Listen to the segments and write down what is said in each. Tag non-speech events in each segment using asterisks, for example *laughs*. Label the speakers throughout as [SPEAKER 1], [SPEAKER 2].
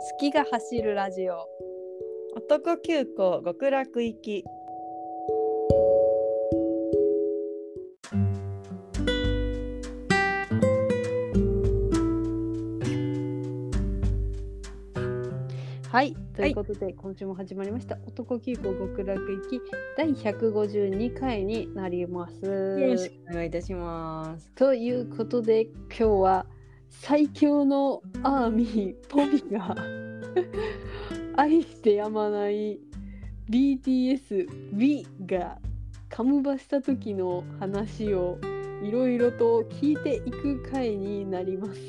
[SPEAKER 1] 月が走るラジオ
[SPEAKER 2] 男急行極楽行き
[SPEAKER 1] はいということで、今週も始まりました「男急行極楽行き」第152回になります。
[SPEAKER 2] よろしくお願いいたします。
[SPEAKER 1] ということで今日は最強のアーミーポビが *laughs* 愛してやまない BTS V がカムバした時の話をいろいろと聞いていく回になります。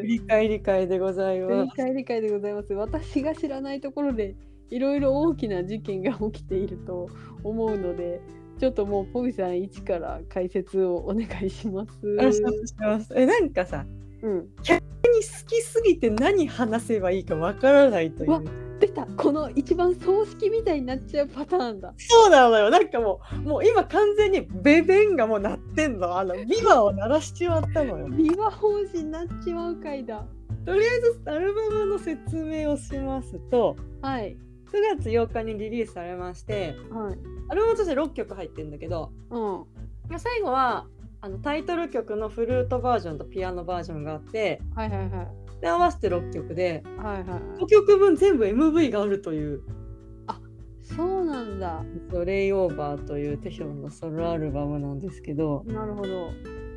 [SPEAKER 2] 振り返り会でござい
[SPEAKER 1] 振
[SPEAKER 2] ま
[SPEAKER 1] り
[SPEAKER 2] す。
[SPEAKER 1] 返り会でございます。私が知らないところでいろいろ大きな事件が起きていると思うのでちょっともうポビさん一から解説をお願いします。
[SPEAKER 2] よろしくお願いしますえなんかさ
[SPEAKER 1] うん
[SPEAKER 2] 本当に好きすぎて何話せばいいかわからないという
[SPEAKER 1] わ出たこの一番葬式みたいになっちゃうパターンだ
[SPEAKER 2] そうなのよなんかもうもう今完全にベベンがもう鳴ってんのあのビバを鳴らしちまったのよ
[SPEAKER 1] ビワ法師になっちまう回だ
[SPEAKER 2] とりあえずアルバムの説明をしますと
[SPEAKER 1] はい
[SPEAKER 2] 9月8日にリリースされまして
[SPEAKER 1] はい
[SPEAKER 2] アルバムとして6曲入ってるんだけど
[SPEAKER 1] うん
[SPEAKER 2] 最後はあのタイトル曲のフルートバージョンとピアノバージョンがあって
[SPEAKER 1] はいはいはい
[SPEAKER 2] で合わせて6曲で
[SPEAKER 1] はいはい
[SPEAKER 2] 5曲分全部 MV があるという
[SPEAKER 1] そうなんだ
[SPEAKER 2] 「レイオーバー」というテヒョンのソロアルバムなんですけど
[SPEAKER 1] なるほど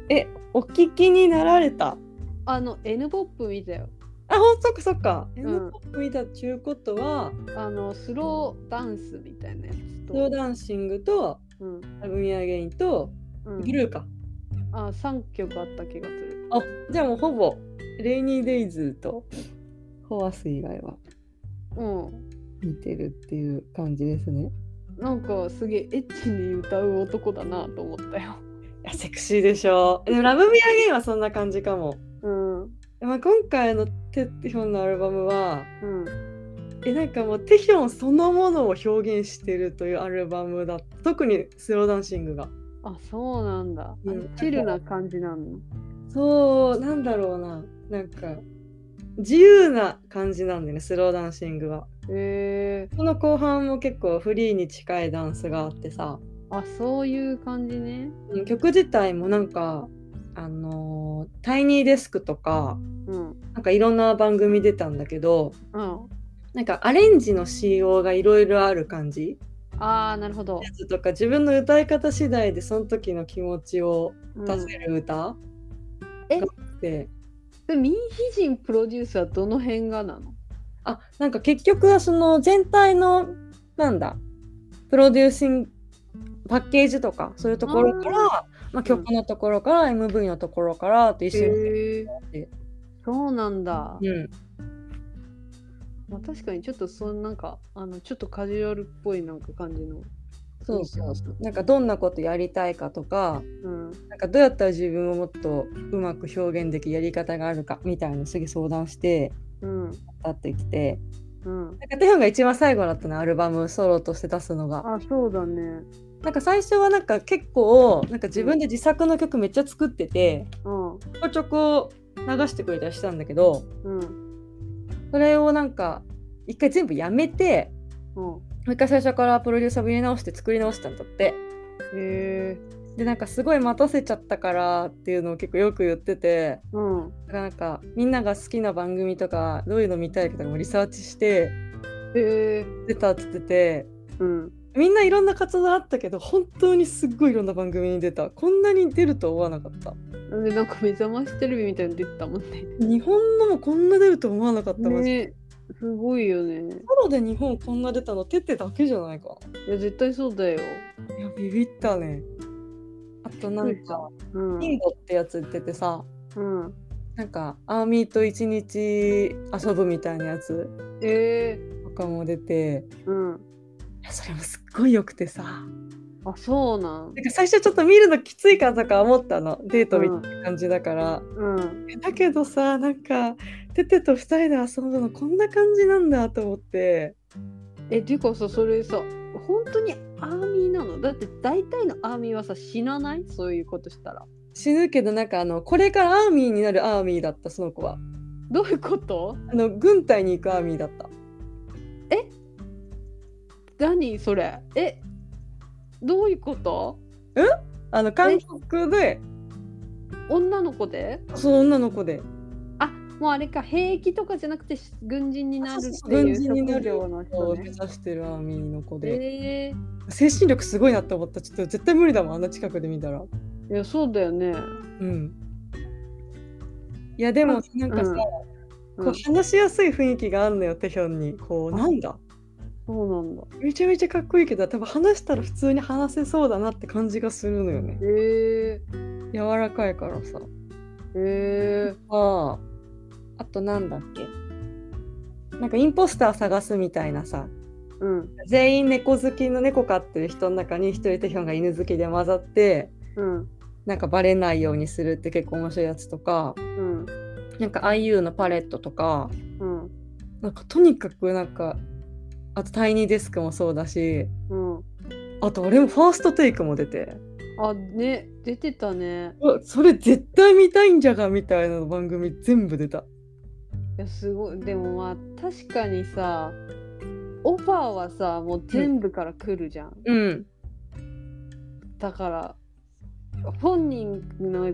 [SPEAKER 2] えお聞きになられた
[SPEAKER 1] あの N ポップ見たよ
[SPEAKER 2] あほんそっかそっか、
[SPEAKER 1] ん
[SPEAKER 2] N ポップ見たっちゅうことは
[SPEAKER 1] あのスローダンスみたいなやつ
[SPEAKER 2] スロ
[SPEAKER 1] と
[SPEAKER 2] ーダンシングと
[SPEAKER 1] うん
[SPEAKER 2] 「ラブ・ミ・アゲイン」と
[SPEAKER 1] う
[SPEAKER 2] 「
[SPEAKER 1] ん
[SPEAKER 2] ギルーか」
[SPEAKER 1] あ3曲あった気がする
[SPEAKER 2] あじゃあもうほぼ「レイニー・デイズ」と「ホアス」以外は
[SPEAKER 1] うん
[SPEAKER 2] 見てるっていう感じですね
[SPEAKER 1] なんかすげえエッチに歌う男だなと思ったよ
[SPEAKER 2] いやセクシーでしょでも「ラブ・ミ・アゲイン」はそんな感じかも、
[SPEAKER 1] うんうん
[SPEAKER 2] まあ、今回のテヒョンのアルバムはえなんかもうテヒョンそのものを表現してるというアルバムだ特にスローダンシングが
[SPEAKER 1] あそうなんだ、あ
[SPEAKER 2] うん
[SPEAKER 1] チルな感じなの
[SPEAKER 2] そうなんだろうななんか自由な感じなんだよねスローダンシングは
[SPEAKER 1] へえ
[SPEAKER 2] この後半も結構フリーに近いダンスがあってさ
[SPEAKER 1] あそういう感じね。
[SPEAKER 2] うん曲自体もなんかあのータイニーデスクとか
[SPEAKER 1] うん。
[SPEAKER 2] なんかいろんな番組出たんだけど
[SPEAKER 1] うん。
[SPEAKER 2] なんかアレンジの仕様がいろいろある感じ
[SPEAKER 1] ああなるほど
[SPEAKER 2] や。つとか自分の歌い方次第でその時の気持ちを
[SPEAKER 1] うん
[SPEAKER 2] 出せる歌、
[SPEAKER 1] え
[SPEAKER 2] があって
[SPEAKER 1] でミンヒジンプロデュースはどの辺がなの
[SPEAKER 2] あなんか結局はその全体のなんだプロデューシングパッケージとかそういうところからまあ、曲のところから、MV のところからって一緒に、
[SPEAKER 1] へえ。そうなんだ。
[SPEAKER 2] うん、
[SPEAKER 1] まあ、確かにちょっとそのなんかあのちょっとカジュアルっぽいなんか感じの。
[SPEAKER 2] そうそうそうなんかどんなことやりたいかとか
[SPEAKER 1] うん。
[SPEAKER 2] なんかどうやったら自分をもっとうまく表現できるやり方があるかみたいなのすぐ相談して
[SPEAKER 1] うん。
[SPEAKER 2] やってきて
[SPEAKER 1] うん。
[SPEAKER 2] なんかテヒョンが一番最後だったのアルバムソロとして出すのが
[SPEAKER 1] あそうだね。
[SPEAKER 2] なんか最初はなんか結構なんか自分で自作の曲めっちゃ作ってて
[SPEAKER 1] うん。
[SPEAKER 2] ちょこちょこ流してくれたりしたんだけど
[SPEAKER 1] うん。
[SPEAKER 2] それをなんか一回全部やめて
[SPEAKER 1] うん。
[SPEAKER 2] もう一回最初からプロデューサーを入れ直して作り直したんだって
[SPEAKER 1] へえ。
[SPEAKER 2] でなんかすごい待たせちゃったからっていうのを結構よく言ってて
[SPEAKER 1] うん。
[SPEAKER 2] だからなんかみんなが好きな番組とかどういうの見たいかとかもリサーチして
[SPEAKER 1] へえ。
[SPEAKER 2] 出たっつってて
[SPEAKER 1] うん。
[SPEAKER 2] みんないろんな活動あったけど本当にすっごいいろんな番組に出たこんなに出るとは思わなかった
[SPEAKER 1] なんでなんか目覚ましテレビみたいに出てたもんね。
[SPEAKER 2] 日本のもこんな出ると思わなかったマジ
[SPEAKER 1] *laughs*
[SPEAKER 2] で
[SPEAKER 1] ね。すごいよね。
[SPEAKER 2] ソロで日本こんな出たのテテだけじゃないか
[SPEAKER 1] いや絶対そうだよ。
[SPEAKER 2] いやビビったねあとなんか
[SPEAKER 1] うん。
[SPEAKER 2] インドってやつ出てさ
[SPEAKER 1] うん。
[SPEAKER 2] なんかアーミーと一日遊ぶみたいなやつ
[SPEAKER 1] え
[SPEAKER 2] とかも出て
[SPEAKER 1] ー、うん。
[SPEAKER 2] いやそれもすっごい良くてさなん
[SPEAKER 1] あ、そうなん。
[SPEAKER 2] か最初ちょっと見るのきついかとか思ったのデートみたいな感じだから、
[SPEAKER 1] うん。
[SPEAKER 2] だけどさなんかテテと二人で遊ぶのこんな感じなんだと思って
[SPEAKER 1] え、ていうかさ、それさ、本当にアーミーなのだって大体のアーミーはさ、死なないそういうことしたら。
[SPEAKER 2] 死ぬけどなんかあのこれからアーミーになるアーミーだったその子は
[SPEAKER 1] どういうこと
[SPEAKER 2] あの軍隊に行くアーミーだった
[SPEAKER 1] 何それえどういうこと
[SPEAKER 2] あの韓国で
[SPEAKER 1] 女の子で
[SPEAKER 2] そう女の子で
[SPEAKER 1] あもうあれか兵役とかじゃなくて軍人になるって
[SPEAKER 2] そうそう
[SPEAKER 1] い
[SPEAKER 2] 軍
[SPEAKER 1] う
[SPEAKER 2] 人にな
[SPEAKER 1] 職
[SPEAKER 2] るよ
[SPEAKER 1] 業
[SPEAKER 2] う
[SPEAKER 1] の
[SPEAKER 2] な
[SPEAKER 1] 人
[SPEAKER 2] 目
[SPEAKER 1] ね
[SPEAKER 2] 指してるアーミーの子で、
[SPEAKER 1] え
[SPEAKER 2] 精神力すごいなって思ったちょっと絶対無理だもんあんな近くで見たら
[SPEAKER 1] ー、いやそうだよね
[SPEAKER 2] うんいやでもなんかさ、
[SPEAKER 1] うん
[SPEAKER 2] こう話しやすい雰囲気があるのよテヒョンにこう
[SPEAKER 1] あ
[SPEAKER 2] なんだ
[SPEAKER 1] そうなんだ
[SPEAKER 2] めちゃめちゃかっこいいけど多分話したら普通に話せそうだなって感じがするのよね
[SPEAKER 1] え
[SPEAKER 2] 柔らかいからさ
[SPEAKER 1] ー、え
[SPEAKER 2] ああとなんだっけなんかインポスター探すみたいなさ
[SPEAKER 1] ー、うん
[SPEAKER 2] 全員猫好きの猫飼ってる人の中に一人テヒョンが犬好きで混ざって
[SPEAKER 1] うん
[SPEAKER 2] なんかバレないようにするって結構面白いやつとか
[SPEAKER 1] うん
[SPEAKER 2] なんか IU のパレットとか
[SPEAKER 1] うん
[SPEAKER 2] なんかとにかくなんかあとタイニーデスクもそうだし
[SPEAKER 1] うん
[SPEAKER 2] あと俺もファーストテイクも出て
[SPEAKER 1] あね出てたね
[SPEAKER 2] うわそれ絶対見たいんじゃがみたいな番組全部出た
[SPEAKER 1] いやすごいでもまあ確かにさオファーはさもう全部から来るじゃん、
[SPEAKER 2] うん
[SPEAKER 1] だから本人の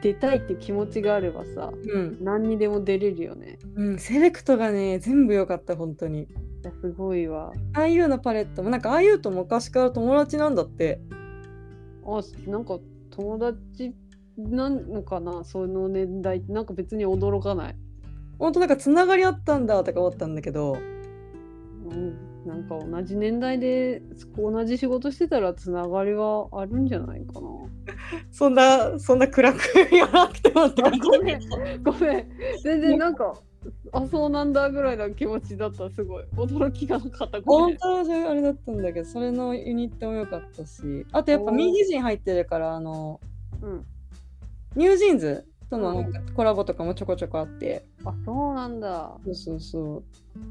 [SPEAKER 1] 出たいって気持ちがあればさ
[SPEAKER 2] うん、
[SPEAKER 1] 何にでも出れるよね
[SPEAKER 2] うん、セレクトがね全部良かった本当に
[SPEAKER 1] いやすごいわ
[SPEAKER 2] IU のパレットもなんか IU と昔から友達なんだって
[SPEAKER 1] あなんか友達なのかなその年代なんか別に驚かない、
[SPEAKER 2] 本当なんかつながりあったんだとか思ったんだけど
[SPEAKER 1] うん、なんか同じ年代で同じ仕事してたらつながりはあるんじゃないかな
[SPEAKER 2] そんなそんな暗くやらなくてもって *laughs* 感じ
[SPEAKER 1] ごめん *laughs* ごめん全然なんかあそうなんだぐらいの気持ちだったすごい驚きがなかったごめ
[SPEAKER 2] 本
[SPEAKER 1] ん
[SPEAKER 2] 当はそれあれだったんだけどそれのユニットも良かったしあとやっぱ
[SPEAKER 1] おー
[SPEAKER 2] 右陣入ってるからあの
[SPEAKER 1] うん
[SPEAKER 2] ニュージーンズとのなんかコラボとかもちょこちょこあって、
[SPEAKER 1] あそうなんだ
[SPEAKER 2] そうそうそ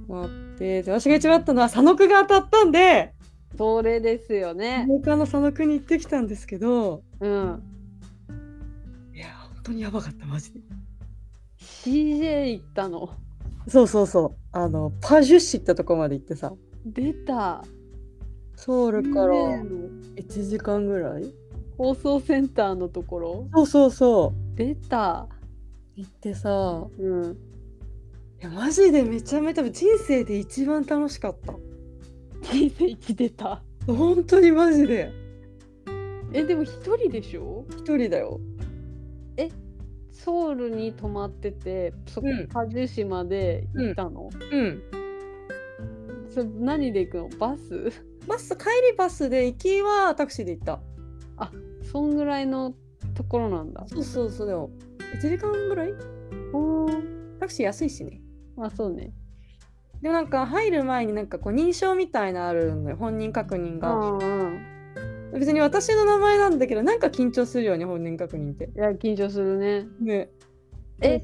[SPEAKER 2] うもあってで私が一番あったのは佐野くが当たったんで
[SPEAKER 1] それですよね。
[SPEAKER 2] 他の佐野くに行ってきたんですけど
[SPEAKER 1] うん。
[SPEAKER 2] いや本当にやばかったマジで
[SPEAKER 1] CJ 行ったの。
[SPEAKER 2] そうそうそうあのパジュッシってとこまで行ってさ
[SPEAKER 1] 出た。
[SPEAKER 2] ソウルから
[SPEAKER 1] CJ の
[SPEAKER 2] 1時間ぐらい
[SPEAKER 1] 放送センターのところ。
[SPEAKER 2] そうそうそう
[SPEAKER 1] 出た。
[SPEAKER 2] 行ってさ
[SPEAKER 1] うん。
[SPEAKER 2] いやマジでめちゃめちゃ人生で一番楽しかった
[SPEAKER 1] 人生一出た。
[SPEAKER 2] 本当にマジで
[SPEAKER 1] え、でも一人でしょ
[SPEAKER 2] 一人だよ
[SPEAKER 1] ソウルに泊まってて、そこ
[SPEAKER 2] うん
[SPEAKER 1] パジュ市まで行ったの、
[SPEAKER 2] うん
[SPEAKER 1] それ何で行くのバス
[SPEAKER 2] バス帰りバスで行きはタクシーで行った
[SPEAKER 1] そんぐらいのところなんだ。
[SPEAKER 2] そうそうそうでも1時間ぐらい
[SPEAKER 1] ほー
[SPEAKER 2] タクシー安いしね
[SPEAKER 1] まあそうね。
[SPEAKER 2] でもなんか入る前になんかこう認証みたいなのあるのよ本人確認が
[SPEAKER 1] うんうん。
[SPEAKER 2] 別に私の名前なんだけどなんか緊張するよね本人確認って
[SPEAKER 1] いや、緊張するね。
[SPEAKER 2] ね
[SPEAKER 1] え、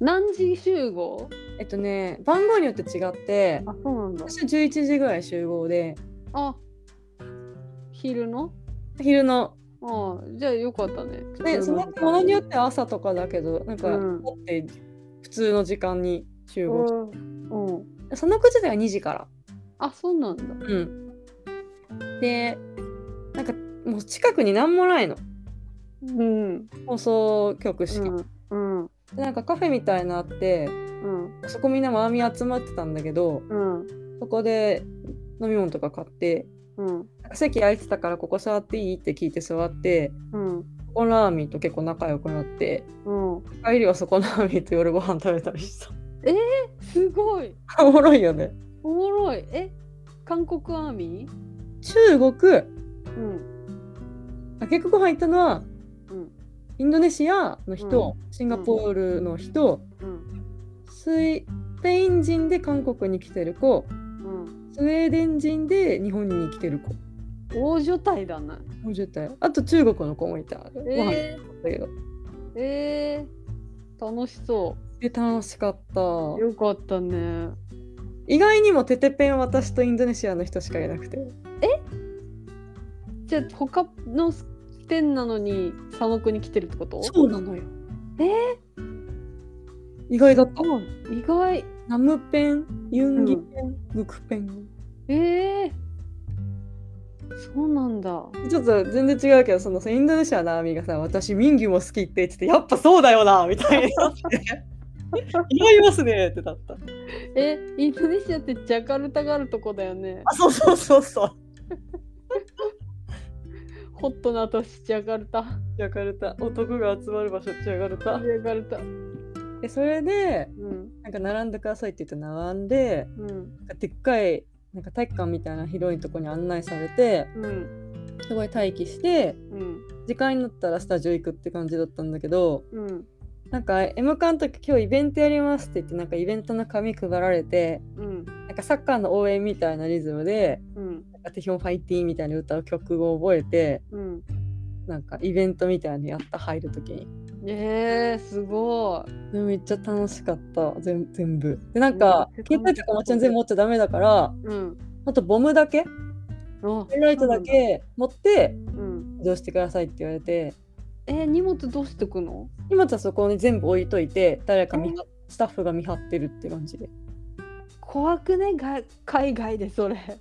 [SPEAKER 1] 何時集合
[SPEAKER 2] えっとね番号によって違って
[SPEAKER 1] あ、そうなんだ。
[SPEAKER 2] 私は11時ぐらい集合で
[SPEAKER 1] あ昼の
[SPEAKER 2] 昼の
[SPEAKER 1] ああじゃあよかったね。
[SPEAKER 2] ね、
[SPEAKER 1] 普
[SPEAKER 2] そ
[SPEAKER 1] 通
[SPEAKER 2] の
[SPEAKER 1] 時間
[SPEAKER 2] ものによっては朝とかだけどなんか、
[SPEAKER 1] うん
[SPEAKER 2] だって普通の時間に集
[SPEAKER 1] う
[SPEAKER 2] 合し
[SPEAKER 1] んうん。
[SPEAKER 2] て、その9時では2時から、
[SPEAKER 1] あそうなんだ。
[SPEAKER 2] うん、でなんかもう近くに何もないの
[SPEAKER 1] うん。
[SPEAKER 2] 放送局しか、
[SPEAKER 1] うんうん
[SPEAKER 2] でなんかカフェみたいなのあって
[SPEAKER 1] うん
[SPEAKER 2] そこみんなマーミー集まってたんだけど
[SPEAKER 1] うん
[SPEAKER 2] そこで飲み物とか買って
[SPEAKER 1] うん
[SPEAKER 2] なんか席空いてたからここ座っていいって聞いて座って
[SPEAKER 1] うん
[SPEAKER 2] そこのアーミーと結構仲良くなって
[SPEAKER 1] うん。
[SPEAKER 2] 帰りはそこのアーミーと夜ご飯食べたりした
[SPEAKER 1] すごい
[SPEAKER 2] おもろいよね
[SPEAKER 1] おもろい。え韓国アーミー
[SPEAKER 2] 中国
[SPEAKER 1] うん
[SPEAKER 2] あ結局入ったのは
[SPEAKER 1] うん
[SPEAKER 2] インドネシアの人、シンガポールの人、
[SPEAKER 1] うん
[SPEAKER 2] スイスペイン人で韓国に来てる子
[SPEAKER 1] うん。
[SPEAKER 2] スウェーデン人で日本に来てる子
[SPEAKER 1] 大所帯だな。
[SPEAKER 2] もう絶対あと中国の子もいた、ご飯だ
[SPEAKER 1] え
[SPEAKER 2] けど
[SPEAKER 1] ー、えー、楽しそ
[SPEAKER 2] で楽しかった
[SPEAKER 1] う。よかったね。
[SPEAKER 2] 意外にもテテペン私とインドネシアの人しかいなくて
[SPEAKER 1] じゃあ他の店なのに佐野くんに来てるってこと
[SPEAKER 2] そうなのよ意外だった。
[SPEAKER 1] 意外
[SPEAKER 2] ナムペン、ユンギペン、グクペン。
[SPEAKER 1] ええそうなんだ
[SPEAKER 2] ちょっと全然違うけど、そのインドネシアのアーミーがさ、私、ミンギュも好きって言ってて、やっぱそうだよなみたいになって。意外ますねってなった。
[SPEAKER 1] えインドネシアってジャカルタがあるとこだよね
[SPEAKER 2] *laughs* あ、そうそうそう *laughs* そう。
[SPEAKER 1] ホットな都市ジャカルタ
[SPEAKER 2] ジャカルタ、男が集まる場所、ジャカル
[SPEAKER 1] ジ
[SPEAKER 2] タ。
[SPEAKER 1] ャカルタう
[SPEAKER 2] で、それで、
[SPEAKER 1] ん
[SPEAKER 2] なんか並んでくださいって言って並んで、
[SPEAKER 1] うん
[SPEAKER 2] なんかでっかいなんか体育館みたいな広いとこに案内されて
[SPEAKER 1] うん
[SPEAKER 2] そこで待機して
[SPEAKER 1] うん
[SPEAKER 2] 時間になったらスタジオ行くって感じだったんだけど
[SPEAKER 1] うん
[SPEAKER 2] なんか M 館の時今日イベントやりますって言ってなんかイベントの紙配られて
[SPEAKER 1] うん
[SPEAKER 2] なんかサッカーの応援みたいなリズムで
[SPEAKER 1] うん
[SPEAKER 2] 「なんかテヒョンファイティー」みたいな歌う曲を覚えて
[SPEAKER 1] うん
[SPEAKER 2] なんかイベントみたいなのやった入る時に
[SPEAKER 1] えー、すごい
[SPEAKER 2] でもめっちゃ楽しかった全全部でなんか
[SPEAKER 1] うん
[SPEAKER 2] 携帯とかもちろん全部持っちゃダメだから
[SPEAKER 1] うん
[SPEAKER 2] あとボムだけ
[SPEAKER 1] あ
[SPEAKER 2] ペンライトだけ持って
[SPEAKER 1] うん
[SPEAKER 2] 移動してくださいって言われて
[SPEAKER 1] えー、荷物どうしてくの
[SPEAKER 2] 荷物はそこに全部置いといて誰か見張スタッフが見張ってるって感じで
[SPEAKER 1] 怖くねが海外でそれ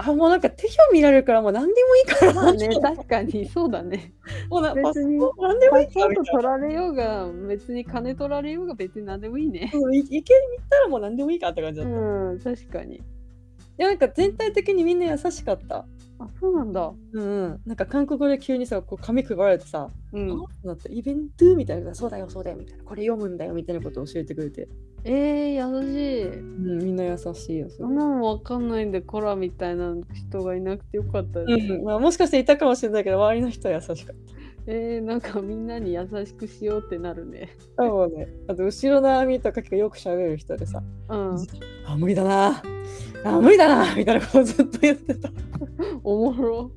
[SPEAKER 2] あもうなんか手表見られるからもう何でもいいから
[SPEAKER 1] まあね *laughs* 確かにそうだね
[SPEAKER 2] もうなパス
[SPEAKER 1] 別に
[SPEAKER 2] もう何でもいい
[SPEAKER 1] パス
[SPEAKER 2] か
[SPEAKER 1] ポー
[SPEAKER 2] らみ
[SPEAKER 1] ト
[SPEAKER 2] たい
[SPEAKER 1] 取られようが別に金取られようが別に何でもいいね
[SPEAKER 2] なうんい行け行ったらもう何でもいいからって感じだ
[SPEAKER 1] う
[SPEAKER 2] った、い
[SPEAKER 1] ん確かに
[SPEAKER 2] やなんか全体的にみんな優しかった
[SPEAKER 1] あそうなんだ
[SPEAKER 2] うんうんなんか韓国語で急にさこう紙配られてさ
[SPEAKER 1] う
[SPEAKER 2] 「うんん、なってイベント?」みたいな「そうだよそうだよ」みたいな「これ読むんだよ」みたいなことを教えてくれて、
[SPEAKER 1] えー、優しい
[SPEAKER 2] うん、みんな優しいよす
[SPEAKER 1] そ
[SPEAKER 2] ご
[SPEAKER 1] ん
[SPEAKER 2] い
[SPEAKER 1] なの分かんないんでコラみたいな人がいなくてよかった
[SPEAKER 2] う
[SPEAKER 1] で
[SPEAKER 2] ん
[SPEAKER 1] す、
[SPEAKER 2] うんまあ、もしかしていたかもしれないけど周りの人は優しかった
[SPEAKER 1] えー、なんかみんなに優しくしようってなるね
[SPEAKER 2] そうね。あと後ろの網とか結構よく喋る人でさ、
[SPEAKER 1] うん
[SPEAKER 2] あ無理だな、あ無理だなみたいなことをずっと言ってた。 *laughs*
[SPEAKER 1] おもろ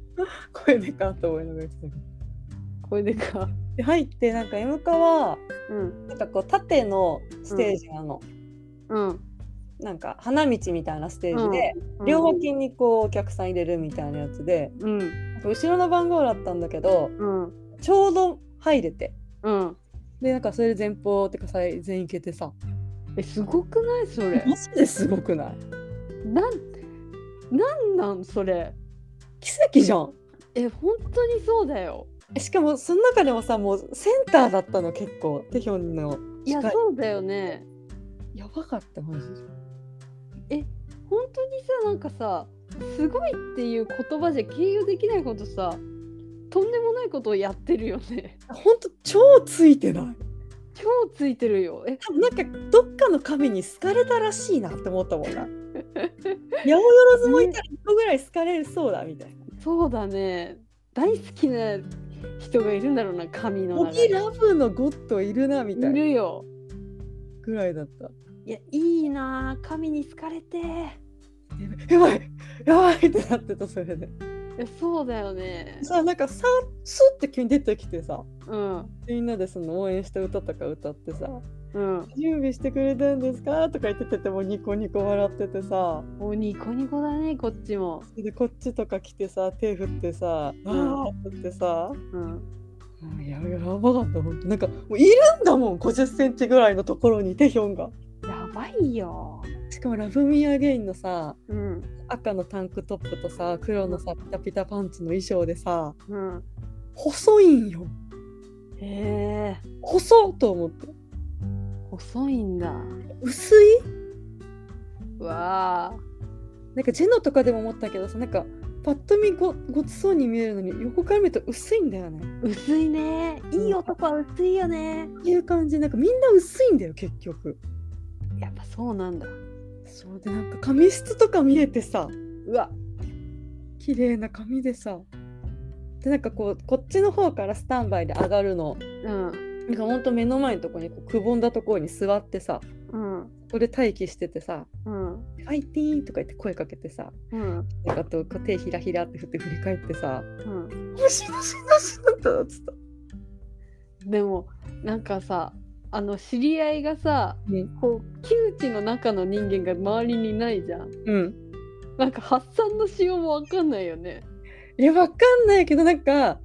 [SPEAKER 2] 声でかと思いながら言ってたけど。
[SPEAKER 1] これでか
[SPEAKER 2] で入ってなんか M カは
[SPEAKER 1] うん
[SPEAKER 2] なんかこう縦のステージなの、
[SPEAKER 1] うん
[SPEAKER 2] なんか花道みたいなステージで、
[SPEAKER 1] うん
[SPEAKER 2] 両脇にこうお客さん入れるみたいなやつで、
[SPEAKER 1] うん
[SPEAKER 2] 後ろの番号だったんだけど
[SPEAKER 1] うん
[SPEAKER 2] ちょうど入れて。
[SPEAKER 1] うん
[SPEAKER 2] でなんかそれで前方ってかさ全員行けてさ
[SPEAKER 1] えすごくないそれ
[SPEAKER 2] マジですごくない
[SPEAKER 1] なんなんなんそれ
[SPEAKER 2] 奇跡じゃん
[SPEAKER 1] え本当にそうだよ
[SPEAKER 2] えしかもその中でもさもうセンターだったの結構テヒョンの
[SPEAKER 1] いや
[SPEAKER 2] 近
[SPEAKER 1] そうだよね
[SPEAKER 2] やばかったマジで
[SPEAKER 1] 本当にさなんかさすごいっていう言葉じゃ形容できないことさとんでもないことをやってるよね
[SPEAKER 2] ほんと超ついてない
[SPEAKER 1] 超ついてるよえ
[SPEAKER 2] 多分なんかどっかの神に好かれたらしいなって思ったもんな八百万もいたら一個ぐらい好かれるそうだみたい
[SPEAKER 1] そうだね大好きな人がいるんだろうな神
[SPEAKER 2] な
[SPEAKER 1] の
[SPEAKER 2] ボ
[SPEAKER 1] 中
[SPEAKER 2] ディ
[SPEAKER 1] に
[SPEAKER 2] ラブのゴッドいるなみたい
[SPEAKER 1] い
[SPEAKER 2] な
[SPEAKER 1] るよ
[SPEAKER 2] ぐらいだった
[SPEAKER 1] いやいいなあ神に好かれて
[SPEAKER 2] やばいやばいってなってたそれで
[SPEAKER 1] えそうだよね
[SPEAKER 2] さあなんかさスッて急に出てきてさ
[SPEAKER 1] うん
[SPEAKER 2] みんなでその応援した歌とか歌ってさ
[SPEAKER 1] うん
[SPEAKER 2] 準備してくれたんですかとか言ってててもうニコニコ笑っててさ
[SPEAKER 1] もうニコニコだねこっちも
[SPEAKER 2] それでこっちとか来てさ手振ってさ「あ
[SPEAKER 1] ん
[SPEAKER 2] あ」ってさ
[SPEAKER 1] うん
[SPEAKER 2] いややばかったほんとなんかもういるんだもん5 0ンチぐらいのところにテヒョンが
[SPEAKER 1] やばいよ
[SPEAKER 2] しかも「ラブ・ミー・アゲイン」のさ
[SPEAKER 1] うん
[SPEAKER 2] 赤のタンクトップとさ黒のさピタピタパンツの衣装でさ
[SPEAKER 1] うん
[SPEAKER 2] 細いんよ
[SPEAKER 1] へえ
[SPEAKER 2] 細っと思って
[SPEAKER 1] 細いんだ
[SPEAKER 2] 薄い
[SPEAKER 1] わあ
[SPEAKER 2] なんかジェノとかでも思ったけどさなんかパッと見ごごつそうに見えるのに横から見ると薄いんだよね
[SPEAKER 1] 薄いねいい男は薄いよね
[SPEAKER 2] っていう感じなんかみんな薄いんだよ結局
[SPEAKER 1] やっぱそうなんだ
[SPEAKER 2] そうでなんか髪質とか見えてさ
[SPEAKER 1] うわ
[SPEAKER 2] 綺麗な髪でさでなんかこうこっちの方からスタンバイで上がるの
[SPEAKER 1] うん
[SPEAKER 2] なんかほんと目の前のとこにこうくぼんだところに座ってさ
[SPEAKER 1] うん
[SPEAKER 2] それ待機しててさ
[SPEAKER 1] うん
[SPEAKER 2] 「ファイティーン!」とか言って声かけてさ
[SPEAKER 1] うん
[SPEAKER 2] なんかあとこう手ひらひらって振って振り返ってさ
[SPEAKER 1] うん
[SPEAKER 2] 「もう死ぬ死ぬ死ぬ」ってなってた。
[SPEAKER 1] でもなんかさあの知り合いがさ
[SPEAKER 2] うん
[SPEAKER 1] こう窮地の中の人間が周りにいないじゃん
[SPEAKER 2] うん、
[SPEAKER 1] なんか発散のしようもわかんないよね
[SPEAKER 2] いやわかんないけどなんか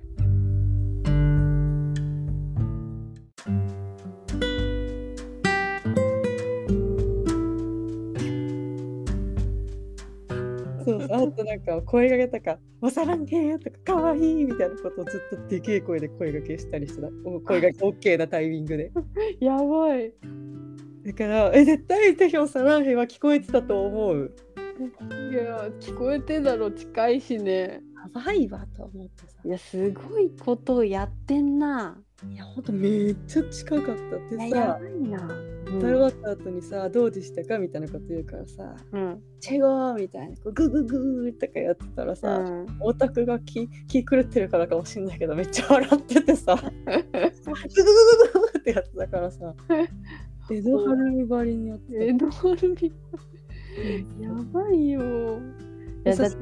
[SPEAKER 2] あとなんか声がけとか「おさらんけ!」とか「かわいい!」みたいなことをずっとでけえ声で声がけしたりしてたお声がけ OK なタイミングで
[SPEAKER 1] やばい。
[SPEAKER 2] だからえ絶対ぜひおさらんへは聞こえてたと思う
[SPEAKER 1] いや聞こえてんだろ近いしね。
[SPEAKER 2] やばいわと思ってさ
[SPEAKER 1] いやすごいことをやってんな。
[SPEAKER 2] いやほんとめっちゃ近かったって
[SPEAKER 1] いやや
[SPEAKER 2] さ
[SPEAKER 1] ばいな。
[SPEAKER 2] 食べ終わった後にさ「どうでしたか?」みたいなこと言うからさ
[SPEAKER 1] うん。
[SPEAKER 2] 「チェゴー!」みたいなこうグググーとかやってたら
[SPEAKER 1] う
[SPEAKER 2] さ、
[SPEAKER 1] ん。
[SPEAKER 2] オタクが気気狂ってるからかもしんないけどめっちゃ笑って
[SPEAKER 1] *laughs*
[SPEAKER 2] てさググググググってやってたからさ江戸晴海ばりにやってた
[SPEAKER 1] エドワルビ。やばいよ。いやだって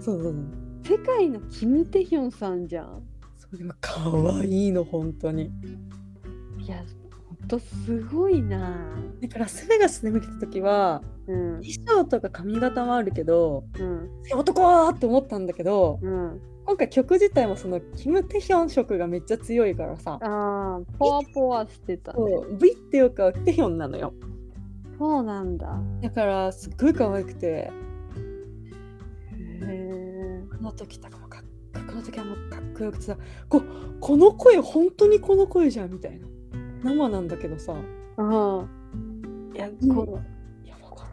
[SPEAKER 2] そうそう
[SPEAKER 1] 世界のキム・テヒョンさんじゃん。
[SPEAKER 2] そうそうでも可愛いの本当に
[SPEAKER 1] いやほんとすごいな。
[SPEAKER 2] だからラスベガスで見てた時は
[SPEAKER 1] うん
[SPEAKER 2] 衣装とか髪型もあるけど
[SPEAKER 1] うん
[SPEAKER 2] 男はって思ったんだけど
[SPEAKER 1] うん。
[SPEAKER 2] 今回曲自体もそのキム・テヒョン色がめっちゃ強いからさ
[SPEAKER 1] ああポワポワしてたね。
[SPEAKER 2] そう V っていうかテヒョンなのよ
[SPEAKER 1] そうなんだ。
[SPEAKER 2] だからすっごい可愛くて
[SPEAKER 1] へえ。
[SPEAKER 2] この時とかもかっこの時はもうかっこよくてさここの声本当にこの声じゃんみたいな生なんだけどさ
[SPEAKER 1] ああ。いやこ
[SPEAKER 2] やばかっ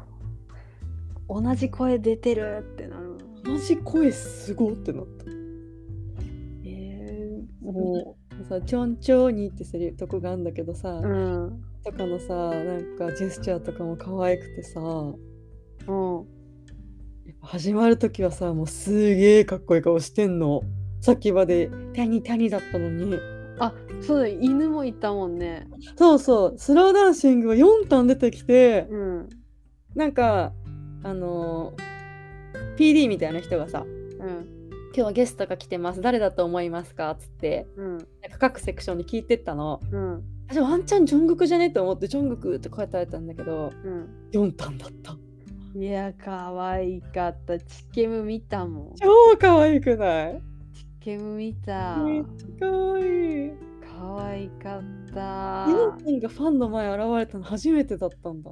[SPEAKER 1] う同じ声出てるってなる。
[SPEAKER 2] た同じ声すごってなった
[SPEAKER 1] ええ
[SPEAKER 2] もうさ「ちょんちょんに」ってするとこがあるんだけどさ、
[SPEAKER 1] うん。
[SPEAKER 2] とかのさなんかジェスチャーとかも可愛くてさ
[SPEAKER 1] うん。
[SPEAKER 2] やっぱ始まる時はさもうすげえかっこいい顔してんのさっきまで「タニタニ」だったのに
[SPEAKER 1] あ、そうだ、犬もいたもんね。
[SPEAKER 2] そうそうスローダンシングは4ターン出てきて、
[SPEAKER 1] うん。
[SPEAKER 2] なんかあのー PD みたいな人がさ「
[SPEAKER 1] うん。
[SPEAKER 2] 今日はゲストが来てます誰だと思いますか?」っつって
[SPEAKER 1] うん。
[SPEAKER 2] なんか各セクションに聞いてったの
[SPEAKER 1] うん。
[SPEAKER 2] 私ワンチャンジョングクじゃねと思って「ジョングク」って答えたんだけど
[SPEAKER 1] う
[SPEAKER 2] 4単だった
[SPEAKER 1] ん。いや、可愛かった。チケム見たもん。チ
[SPEAKER 2] 超可愛くない
[SPEAKER 1] ケム見た。
[SPEAKER 2] めっちゃ可愛い
[SPEAKER 1] 可愛かった。
[SPEAKER 2] 4単がファンの前現れたの初めてだったんだ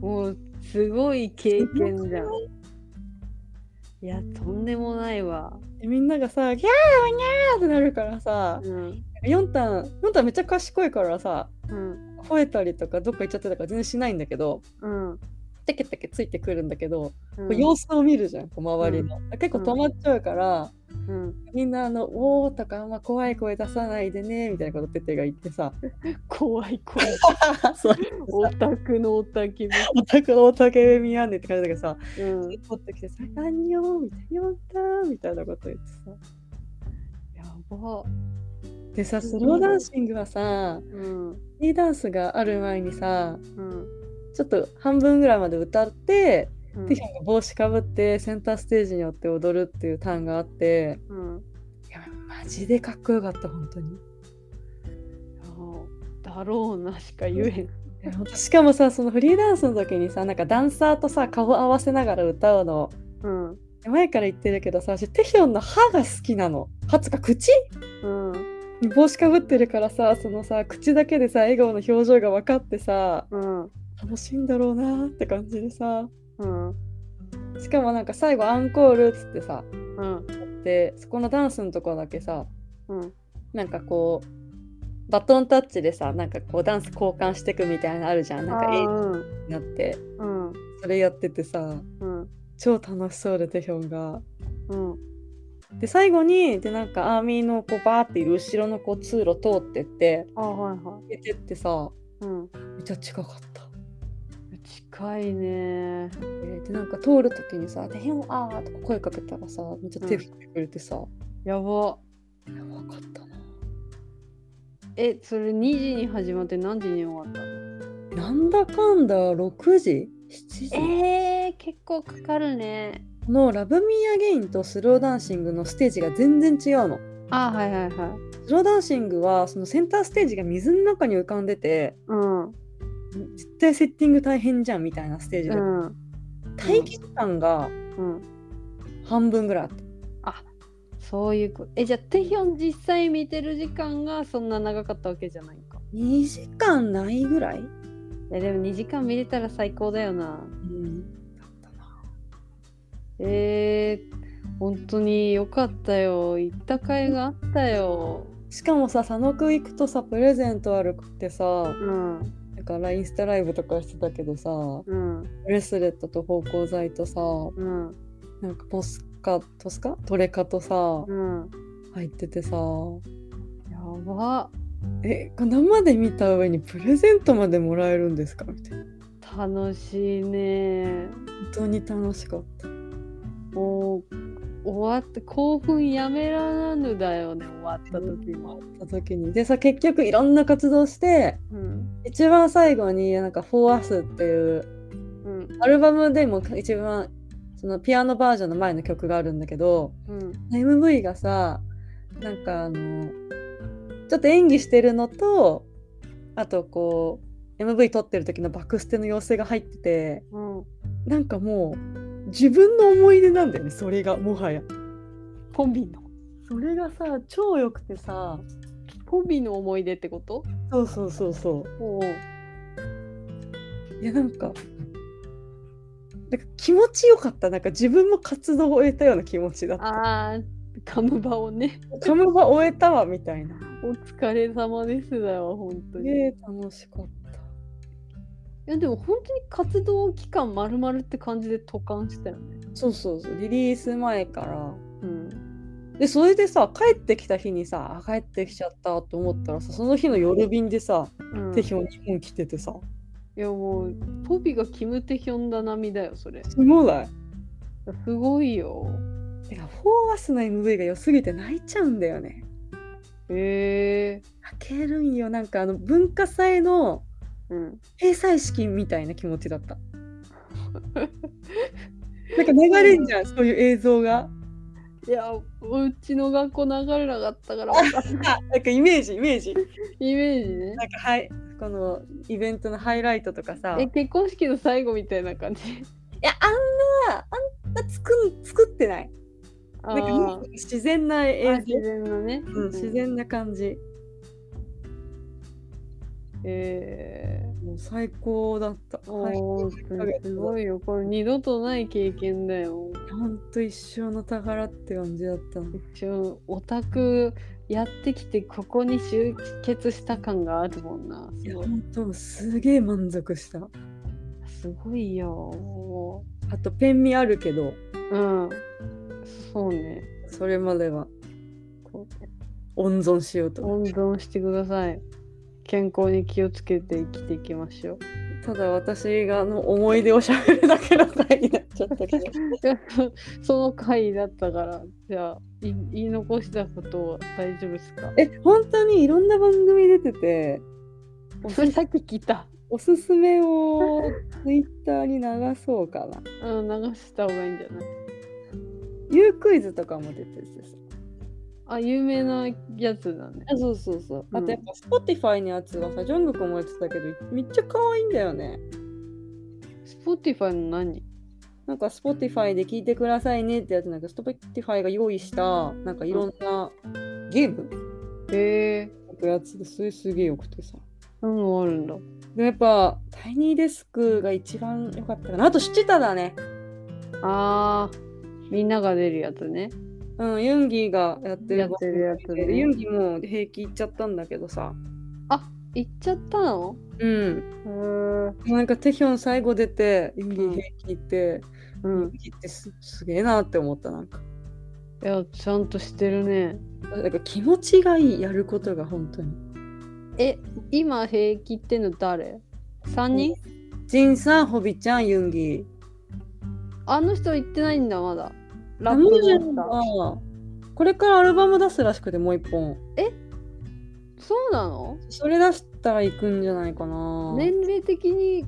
[SPEAKER 1] もう、すごい経験じゃん。いや、とんでもないわ。
[SPEAKER 2] でみんながさ「ギャーおにゃー!」ってなるからさ
[SPEAKER 1] うん。
[SPEAKER 2] 4単4単めっちゃ賢いからさ
[SPEAKER 1] うん。
[SPEAKER 2] 吠えたりとかどっか行っちゃってたから全然しないんだけど
[SPEAKER 1] うん。
[SPEAKER 2] テケテケついてくるんだけど、
[SPEAKER 1] う
[SPEAKER 2] こ
[SPEAKER 1] ん
[SPEAKER 2] う様子を見るじゃんこう周りの、結構止まっちゃうから、
[SPEAKER 1] うん、
[SPEAKER 2] みんなあの「おー」とかあんま怖い声出さないでねみたいなことテテが言ってさ
[SPEAKER 1] 怖い怖い。
[SPEAKER 2] *laughs* そう
[SPEAKER 1] オタクのオタキも。
[SPEAKER 2] おたくおたけみやんねって感じだけどさ
[SPEAKER 1] うん。
[SPEAKER 2] 取ってきてさ「あんにょー」みたいな「よんたー」みたいなこと言ってさ
[SPEAKER 1] やば。
[SPEAKER 2] でさスローダンシングはさ
[SPEAKER 1] うん。
[SPEAKER 2] いいダンスがある前にさ
[SPEAKER 1] うん。
[SPEAKER 2] ちょっと半分ぐらいまで歌って、
[SPEAKER 1] うん
[SPEAKER 2] ティヒョンが帽子かぶってセンターステージによって踊るっていうターンがあって
[SPEAKER 1] うん。
[SPEAKER 2] いやマジでかっこよかった本当に。
[SPEAKER 1] あだろうなしか言えん。
[SPEAKER 2] しかもさそのフリーダンスの時にさなんかダンサーとさ顔合わせながら歌うの
[SPEAKER 1] うん。
[SPEAKER 2] 前から言ってるけどさ私テヒョンの歯が好きなの歯つか口
[SPEAKER 1] うん。
[SPEAKER 2] 帽子かぶってるからさそのさ口だけでさ笑顔の表情が分かってさ
[SPEAKER 1] うん。
[SPEAKER 2] 楽しいんだろうなって感じでさ
[SPEAKER 1] うん。
[SPEAKER 2] しかもなんか最後アンコールっつってさ
[SPEAKER 1] うん。
[SPEAKER 2] でそこのダンスのとこだけさ
[SPEAKER 1] うん。
[SPEAKER 2] なんかこうバトンタッチでさなんかこうダンス交換してくみたいなのあるじゃんなんか映画に
[SPEAKER 1] うん。
[SPEAKER 2] なって
[SPEAKER 1] うん。
[SPEAKER 2] それやっててさ
[SPEAKER 1] うん。
[SPEAKER 2] 超楽しそうでテヒョンが。
[SPEAKER 1] うん。
[SPEAKER 2] で最後にでなんかアーミーのこうバーっている後ろのこう通路通ってって
[SPEAKER 1] あ、はいは
[SPEAKER 2] 出てってさ
[SPEAKER 1] い。うん。
[SPEAKER 2] めっちゃ近かった。
[SPEAKER 1] 近いね。
[SPEAKER 2] えーでなんか通る時にさ「でへんあー」とか声かけたらさめっちゃ手振ってくれてさ、
[SPEAKER 1] やば。
[SPEAKER 2] やばかったな。
[SPEAKER 1] え、それ2時に始まって何時に終わったの
[SPEAKER 2] なんだかんだ6時 ?7 時
[SPEAKER 1] えー、結構かかるね。
[SPEAKER 2] この「ラブ・ミー・アゲイン」と「スローダンシング」のステージが全然違うの。
[SPEAKER 1] あ、はいはいはい。
[SPEAKER 2] スローダンシングはそのセンターステージが水の中に浮かんでて
[SPEAKER 1] うん。
[SPEAKER 2] 絶対セッティング大変じゃんみたいなステージで、
[SPEAKER 1] うん。
[SPEAKER 2] 待機時間が
[SPEAKER 1] うん。
[SPEAKER 2] 半分ぐらいあった
[SPEAKER 1] そういうこえ、じゃあ、テヒョン実際見てる時間がそんな長かったわけじゃないか。
[SPEAKER 2] 2時間ないぐらい、
[SPEAKER 1] いや、でも2時間見れたら最高だよな。
[SPEAKER 2] うん、だったな
[SPEAKER 1] えー、本当によかったよ。行った甲斐があったよ。
[SPEAKER 2] しかもさ佐野くん行くとさプレゼントあるってさ
[SPEAKER 1] うん、
[SPEAKER 2] だからインスタライブとかしてたけどさ
[SPEAKER 1] うん、
[SPEAKER 2] ブレスレットと芳香剤とさ
[SPEAKER 1] うん、
[SPEAKER 2] なんかポスカトスカトレカとさ
[SPEAKER 1] うん。
[SPEAKER 2] 入っててさ
[SPEAKER 1] やば。
[SPEAKER 2] え生で見た上にプレゼントまでもらえるんですかみたいな
[SPEAKER 1] 楽しいね。
[SPEAKER 2] 本当に楽しかった
[SPEAKER 1] もう、終わって、興奮やめらなぬだよね、終わった時も。
[SPEAKER 2] た時にでさ結局いろんな活動して
[SPEAKER 1] うん、
[SPEAKER 2] 一番最後になんか「フォーアスっていう
[SPEAKER 1] うん、
[SPEAKER 2] アルバムでも一番そのピアノバージョンの前の曲があるんだけど
[SPEAKER 1] うん、
[SPEAKER 2] MV がさなんかあのちょっと演技してるのとあとこう MV 撮ってる時のバックステの様子が入ってて
[SPEAKER 1] うん。
[SPEAKER 2] なんかもう自分の思い出なんだよねそれがもはや
[SPEAKER 1] ポビの。
[SPEAKER 2] それがさ超良くてさ
[SPEAKER 1] ポビの思い出ってこと
[SPEAKER 2] そうそうそうそ
[SPEAKER 1] おう
[SPEAKER 2] ういやなんかなんか気持ちよかったなんか自分も活動を終えたような気持ちだった
[SPEAKER 1] あー、カムバをね、
[SPEAKER 2] カムバ終えたわみたいな
[SPEAKER 1] お疲れ様ですだよ、本当に。
[SPEAKER 2] え楽しかった
[SPEAKER 1] いやでも本当に活動期間まるまるって感じで渡韓したよね。
[SPEAKER 2] そうそうそうリリース前から
[SPEAKER 1] うん。
[SPEAKER 2] でそれでさ帰ってきた日にさあ帰ってきちゃったと思ったらさその日の夜便でさ、
[SPEAKER 1] うん、
[SPEAKER 2] テヒョン日本来ててさ
[SPEAKER 1] いやもうポビがキムテヒョンだ並みだよそれ。
[SPEAKER 2] すごない
[SPEAKER 1] すごいよ。
[SPEAKER 2] てかフォーアスの MV が良すぎて泣いちゃうんだよね
[SPEAKER 1] へえ
[SPEAKER 2] 泣けるんよなんかあの文化祭の
[SPEAKER 1] うん。
[SPEAKER 2] 閉祭式みたいな気持ちだった
[SPEAKER 1] *laughs*
[SPEAKER 2] なんか流れんじゃんそういう映像が
[SPEAKER 1] いやうちの学校流れなかったからわかんない
[SPEAKER 2] なんかイメージイメージ
[SPEAKER 1] イメージね。
[SPEAKER 2] なんかはいこのイベントのハイライトとかさ
[SPEAKER 1] え結婚式の最後みたいな感じ。
[SPEAKER 2] いやあんなあんな作ん作ってない
[SPEAKER 1] あ
[SPEAKER 2] *laughs* なんかもっ
[SPEAKER 1] ー
[SPEAKER 2] と自然な映
[SPEAKER 1] あ
[SPEAKER 2] 像、
[SPEAKER 1] 自然のね。
[SPEAKER 2] うん、自。然な感じ
[SPEAKER 1] ええ
[SPEAKER 2] もう最高だった
[SPEAKER 1] ー。おーすご
[SPEAKER 2] い
[SPEAKER 1] いよこれ二度とない経験だよ。
[SPEAKER 2] ほんと一生の宝って感じだった
[SPEAKER 1] 一応オタクやってきてここに集結した感があるもんないす
[SPEAKER 2] や
[SPEAKER 1] ご
[SPEAKER 2] ほ
[SPEAKER 1] い
[SPEAKER 2] んとすげえ満足した
[SPEAKER 1] すごいよも
[SPEAKER 2] あとペン味あるけど
[SPEAKER 1] ううんそうね
[SPEAKER 2] それまではこう温存しようと
[SPEAKER 1] 温存してください健康に気をつけて生きていきましょう
[SPEAKER 2] ただ私があの思い出をしゃべるだけの回になっちゃったけ
[SPEAKER 1] *laughs*
[SPEAKER 2] ど
[SPEAKER 1] いや *laughs* その回だったからじゃあい言い残したことは大丈夫ですか
[SPEAKER 2] え本当にいろんな番組出てて
[SPEAKER 1] それさっき聞いた
[SPEAKER 2] おすすめをツイッターに流そうかな
[SPEAKER 1] うん流した方がいいんじゃない
[SPEAKER 2] ユークイズとかも出ててさ
[SPEAKER 1] あ有名なやつだね
[SPEAKER 2] あそうそうそう
[SPEAKER 1] うん
[SPEAKER 2] あとやっぱ Spotify のやつはさジョングクもやってたけどめっちゃ可愛いんだよね
[SPEAKER 1] Spotify の何
[SPEAKER 2] なんか Spotify で聞いてくださいねってやつなんか Spotify が用意したなんかいろんなゲーム
[SPEAKER 1] えー、
[SPEAKER 2] のやつでそれすげえよくてさ
[SPEAKER 1] 何があるんだ
[SPEAKER 2] でもやっぱタイニーデスクが一番良かったかなあとシチタだね
[SPEAKER 1] あーみんなが出るやつね。
[SPEAKER 2] うんユンギがやってる
[SPEAKER 1] やってるやつね
[SPEAKER 2] ユンギもう平気いっちゃったんだけどさ
[SPEAKER 1] 行っちゃったの
[SPEAKER 2] うん
[SPEAKER 1] へー
[SPEAKER 2] なんかテヒョン最後出てユンギ
[SPEAKER 1] うん
[SPEAKER 2] 平気いって、
[SPEAKER 1] うん。
[SPEAKER 2] ユンギってすすげえなって思ったなんか
[SPEAKER 1] いや、ちゃんとしてるね。
[SPEAKER 2] なんか気持ちがいいやることが本当に。
[SPEAKER 1] え、今平気っての誰 ?3 人
[SPEAKER 2] ジンさん、ホビちゃん、ユンギ。
[SPEAKER 1] あの人行ってないんだ、まだ。ラ
[SPEAKER 2] ラ
[SPEAKER 1] ッ
[SPEAKER 2] ム
[SPEAKER 1] プ
[SPEAKER 2] ジン
[SPEAKER 1] だっ
[SPEAKER 2] はこれからアルバム出すらしくてもう一本。
[SPEAKER 1] た。そうなの
[SPEAKER 2] それ出したら行くんじゃないかな。
[SPEAKER 1] 年齢的に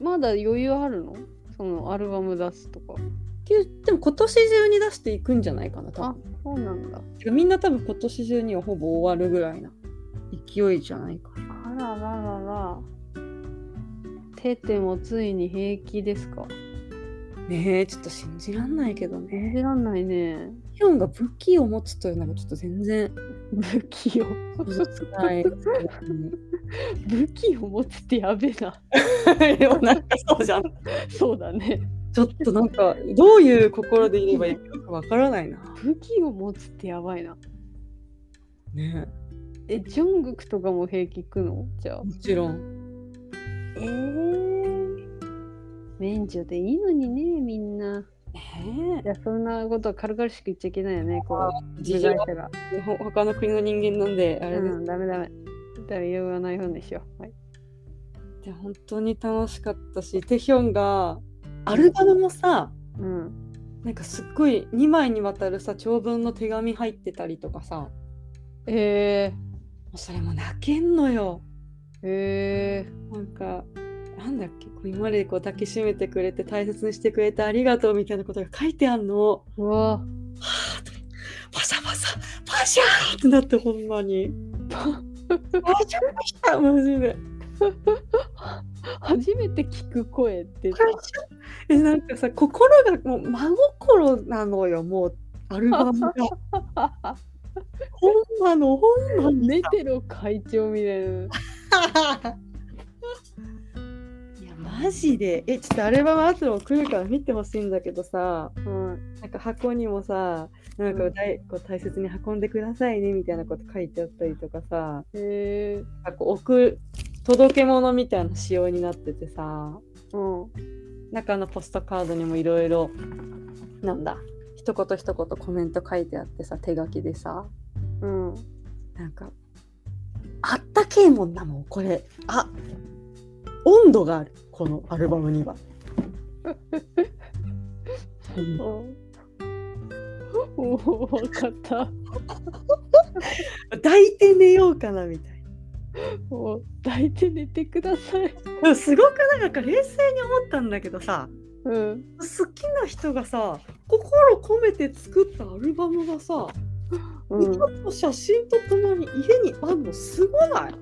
[SPEAKER 1] まだ余裕あるのそのアルバム出すとか。
[SPEAKER 2] きゅでも今年中に出していくんじゃないかな。多
[SPEAKER 1] あ
[SPEAKER 2] 分、
[SPEAKER 1] そうなんだ。
[SPEAKER 2] てかみんな多分今年中にはほぼ終わるぐらいな勢いじゃないかな。
[SPEAKER 1] あらららら。テテもついに平気ですか
[SPEAKER 2] ねえ、ちょっと信じらんないけど
[SPEAKER 1] 信
[SPEAKER 2] ね。
[SPEAKER 1] じらんないね。
[SPEAKER 2] ヒョンが武器を持つというのがちょっと全然
[SPEAKER 1] 不器 *laughs* 用。
[SPEAKER 2] 嘘つかない。
[SPEAKER 1] 武器を持つってやべえな。
[SPEAKER 2] でもなんかそうじゃん。
[SPEAKER 1] そうだね。
[SPEAKER 2] ちょっとなんかどういう心でいればいいのかわからないな。
[SPEAKER 1] 武器を持つってやばいな。
[SPEAKER 2] ね
[SPEAKER 1] え、ジョングクとかも平気くのじゃあ。
[SPEAKER 2] もちろん。
[SPEAKER 1] えー、免除でいいのにね、みんな。いや、そんなことは軽々しく言っちゃいけないよね、こう、
[SPEAKER 2] 事
[SPEAKER 1] 部
[SPEAKER 2] 情
[SPEAKER 1] 外
[SPEAKER 2] は
[SPEAKER 1] 者が。
[SPEAKER 2] ほ他の国の人間なんであれです、
[SPEAKER 1] うん、ダメダメ。誰言わない本でしょ。はい。
[SPEAKER 2] で本当に楽しかったしテヒョンがアルバムもさ
[SPEAKER 1] うん。
[SPEAKER 2] なんかすっごい2枚にわたるさ長文の手紙入ってたりとかさも
[SPEAKER 1] え
[SPEAKER 2] うそれも泣けんのよ
[SPEAKER 1] ー、え
[SPEAKER 2] なんかなんだっけこう今までこう抱きしめてくれて大切にしてくれてありがとうみたいなことが書いてあんの
[SPEAKER 1] ー、うわ
[SPEAKER 2] パサパサパシャーってなってほんまに
[SPEAKER 1] パ
[SPEAKER 2] パシャパシャマジで
[SPEAKER 1] 初めて聞く声って
[SPEAKER 2] パシャえなんかさ心がもう真心なのよもうアルバムが
[SPEAKER 1] *laughs*
[SPEAKER 2] ほんまのほんまの
[SPEAKER 1] ネテロ会長みたいな。
[SPEAKER 2] いやマジでえちょっとアルバム後で送るから見てほしいんだけどさ
[SPEAKER 1] うん、
[SPEAKER 2] なんか箱にもさなんか大こう大切に運んでくださいねみたいなこと書いてあったりとかさ
[SPEAKER 1] えー、
[SPEAKER 2] なんかこう送届け物みたいな仕様になっててさ
[SPEAKER 1] うん。
[SPEAKER 2] 中のポストカードにもいろいろなんだ一言一言コメント書いてあってさ手書きでさ
[SPEAKER 1] うん、
[SPEAKER 2] なんかあったけえもんなもんこれあ温度があるこのアルバムには。 *laughs* うん
[SPEAKER 1] おお分かった
[SPEAKER 2] 抱いて寝ようかなみたい
[SPEAKER 1] もう抱いて寝てください
[SPEAKER 2] なでもすごくなんか冷静に思ったんだけどさ
[SPEAKER 1] うん
[SPEAKER 2] 好きな人がさ心込めて作ったアルバムが
[SPEAKER 1] う
[SPEAKER 2] さ、
[SPEAKER 1] ん
[SPEAKER 2] 歌と写真とともに家にあんのすごない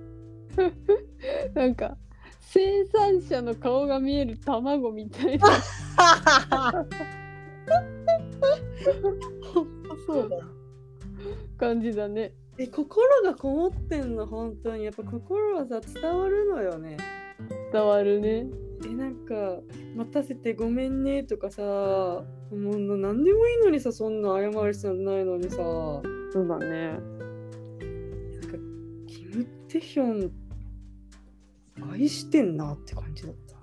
[SPEAKER 1] なんか生産者の顔が見える卵みたいな
[SPEAKER 2] ほんとそうだ
[SPEAKER 1] 感じだね
[SPEAKER 2] え心がこもってんの本当にやっぱ心はさ伝わるのよね
[SPEAKER 1] 伝わるね
[SPEAKER 2] えなんか「待たせてごめんね」とかさもうな何でもいいのにさそんな謝る必要ないのにさなんか
[SPEAKER 1] そうだね
[SPEAKER 2] キム・テヒョン愛してんなって感じだった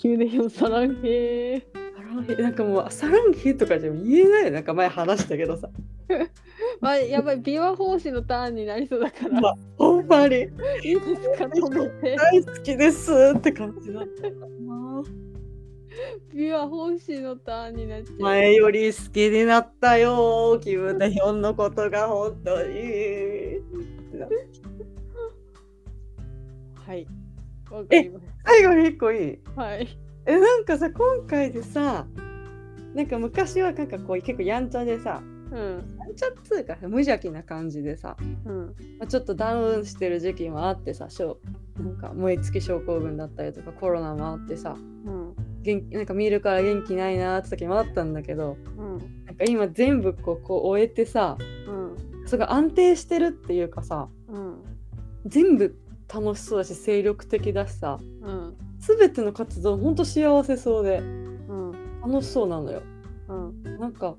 [SPEAKER 1] 急でよさらんへー
[SPEAKER 2] サランヘなんかもうサランヘとかじゃ言えないよなんか前話したけどさ
[SPEAKER 1] まあやばい琵琶法師のターンになりそうだから
[SPEAKER 2] まあほんまに
[SPEAKER 1] いいですか止めて
[SPEAKER 2] 大好きですって感じだったかな
[SPEAKER 1] 琵琶法師のターンになっちゃう、
[SPEAKER 2] 前より好きになったよキム・テヒョンのことが本当に
[SPEAKER 1] はいわかりま
[SPEAKER 2] 最後に一個いい
[SPEAKER 1] すはい
[SPEAKER 2] えなんかさ今回でさなんか昔はなんかこう結構やんちゃでさ
[SPEAKER 1] うん
[SPEAKER 2] やんちゃっつうか無邪気な感じでさ、
[SPEAKER 1] うん
[SPEAKER 2] まあ、ちょっとダウンしてる時期もあってさしょうなんか燃え尽き症候群だったりとかコロナもあってさ
[SPEAKER 1] うん
[SPEAKER 2] 元気なんか見るから元気ないなーって時もあったんだけど
[SPEAKER 1] うん
[SPEAKER 2] なんか今全部こうこう終えてさ
[SPEAKER 1] うん
[SPEAKER 2] それが安定してるっていうかさ
[SPEAKER 1] うん
[SPEAKER 2] 全部楽しそうだし精力的だしさ
[SPEAKER 1] うん
[SPEAKER 2] 全ての活動ほんと幸せそうで
[SPEAKER 1] うん
[SPEAKER 2] 楽しそうなのよ。
[SPEAKER 1] うん
[SPEAKER 2] なんか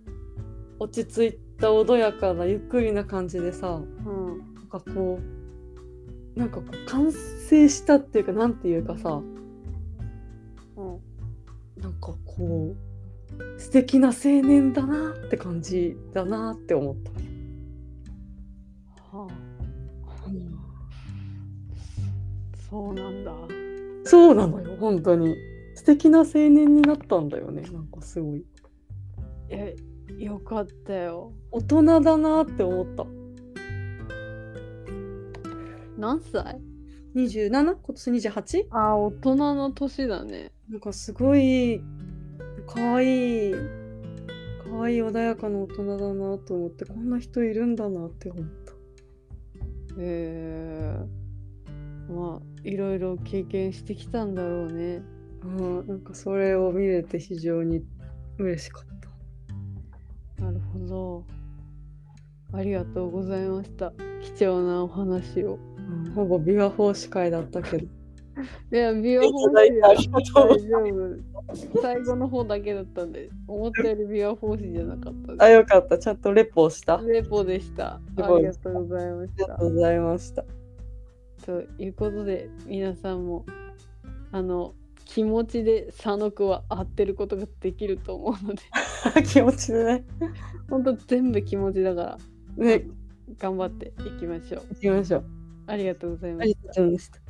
[SPEAKER 2] 落ち着いた穏やかなゆっくりな感じでさ
[SPEAKER 1] うん
[SPEAKER 2] なんかこうなんかこう完成したっていうかなんていうかさ
[SPEAKER 1] うん
[SPEAKER 2] なんかこう素敵な青年だなって感じだなって思った。
[SPEAKER 1] はあそうなんだ
[SPEAKER 2] そうなのよ本当に素敵な青年になったんだよねなんかすごい
[SPEAKER 1] えよかったよ
[SPEAKER 2] 大人だなって思った
[SPEAKER 1] 何歳
[SPEAKER 2] 27今年 28?
[SPEAKER 1] あ大人の年だね
[SPEAKER 2] なんかすごい可愛い可愛い穏やかな大人だなと思ってこんな人いるんだなって思った。
[SPEAKER 1] へえまあいろいろ経験してきたんだろうね
[SPEAKER 2] うん、なんかそれを見れて非常に嬉しかった。
[SPEAKER 1] なるほどありがとうございました貴重なお話を
[SPEAKER 2] うん、ほ *laughs* ぼ琵琶法師会だったけど。
[SPEAKER 1] いや琵琶
[SPEAKER 2] いた
[SPEAKER 1] 法
[SPEAKER 2] だい
[SPEAKER 1] 師
[SPEAKER 2] て
[SPEAKER 1] は
[SPEAKER 2] ありがとうござい
[SPEAKER 1] 大丈夫
[SPEAKER 2] *laughs*
[SPEAKER 1] 最後の方だけだったんで、思ったよりビアフォーシじゃなかった
[SPEAKER 2] あ、
[SPEAKER 1] で
[SPEAKER 2] よかった。ちゃんとレポをした。あ
[SPEAKER 1] す。レポでした。あ
[SPEAKER 2] すごい
[SPEAKER 1] りがとうございまし
[SPEAKER 2] りが
[SPEAKER 1] た
[SPEAKER 2] と。うございました。
[SPEAKER 1] ということで、皆さんも、あの、気持ちで佐野くんは合ってることができると思うので、
[SPEAKER 2] *laughs* 気持ちでね。
[SPEAKER 1] 本当全部気持ちだから、
[SPEAKER 2] ね、
[SPEAKER 1] 頑張っていきましょう。
[SPEAKER 2] 行きましょう。
[SPEAKER 1] ありがとうございま
[SPEAKER 2] あ
[SPEAKER 1] し
[SPEAKER 2] り
[SPEAKER 1] た
[SPEAKER 2] が。とうございました。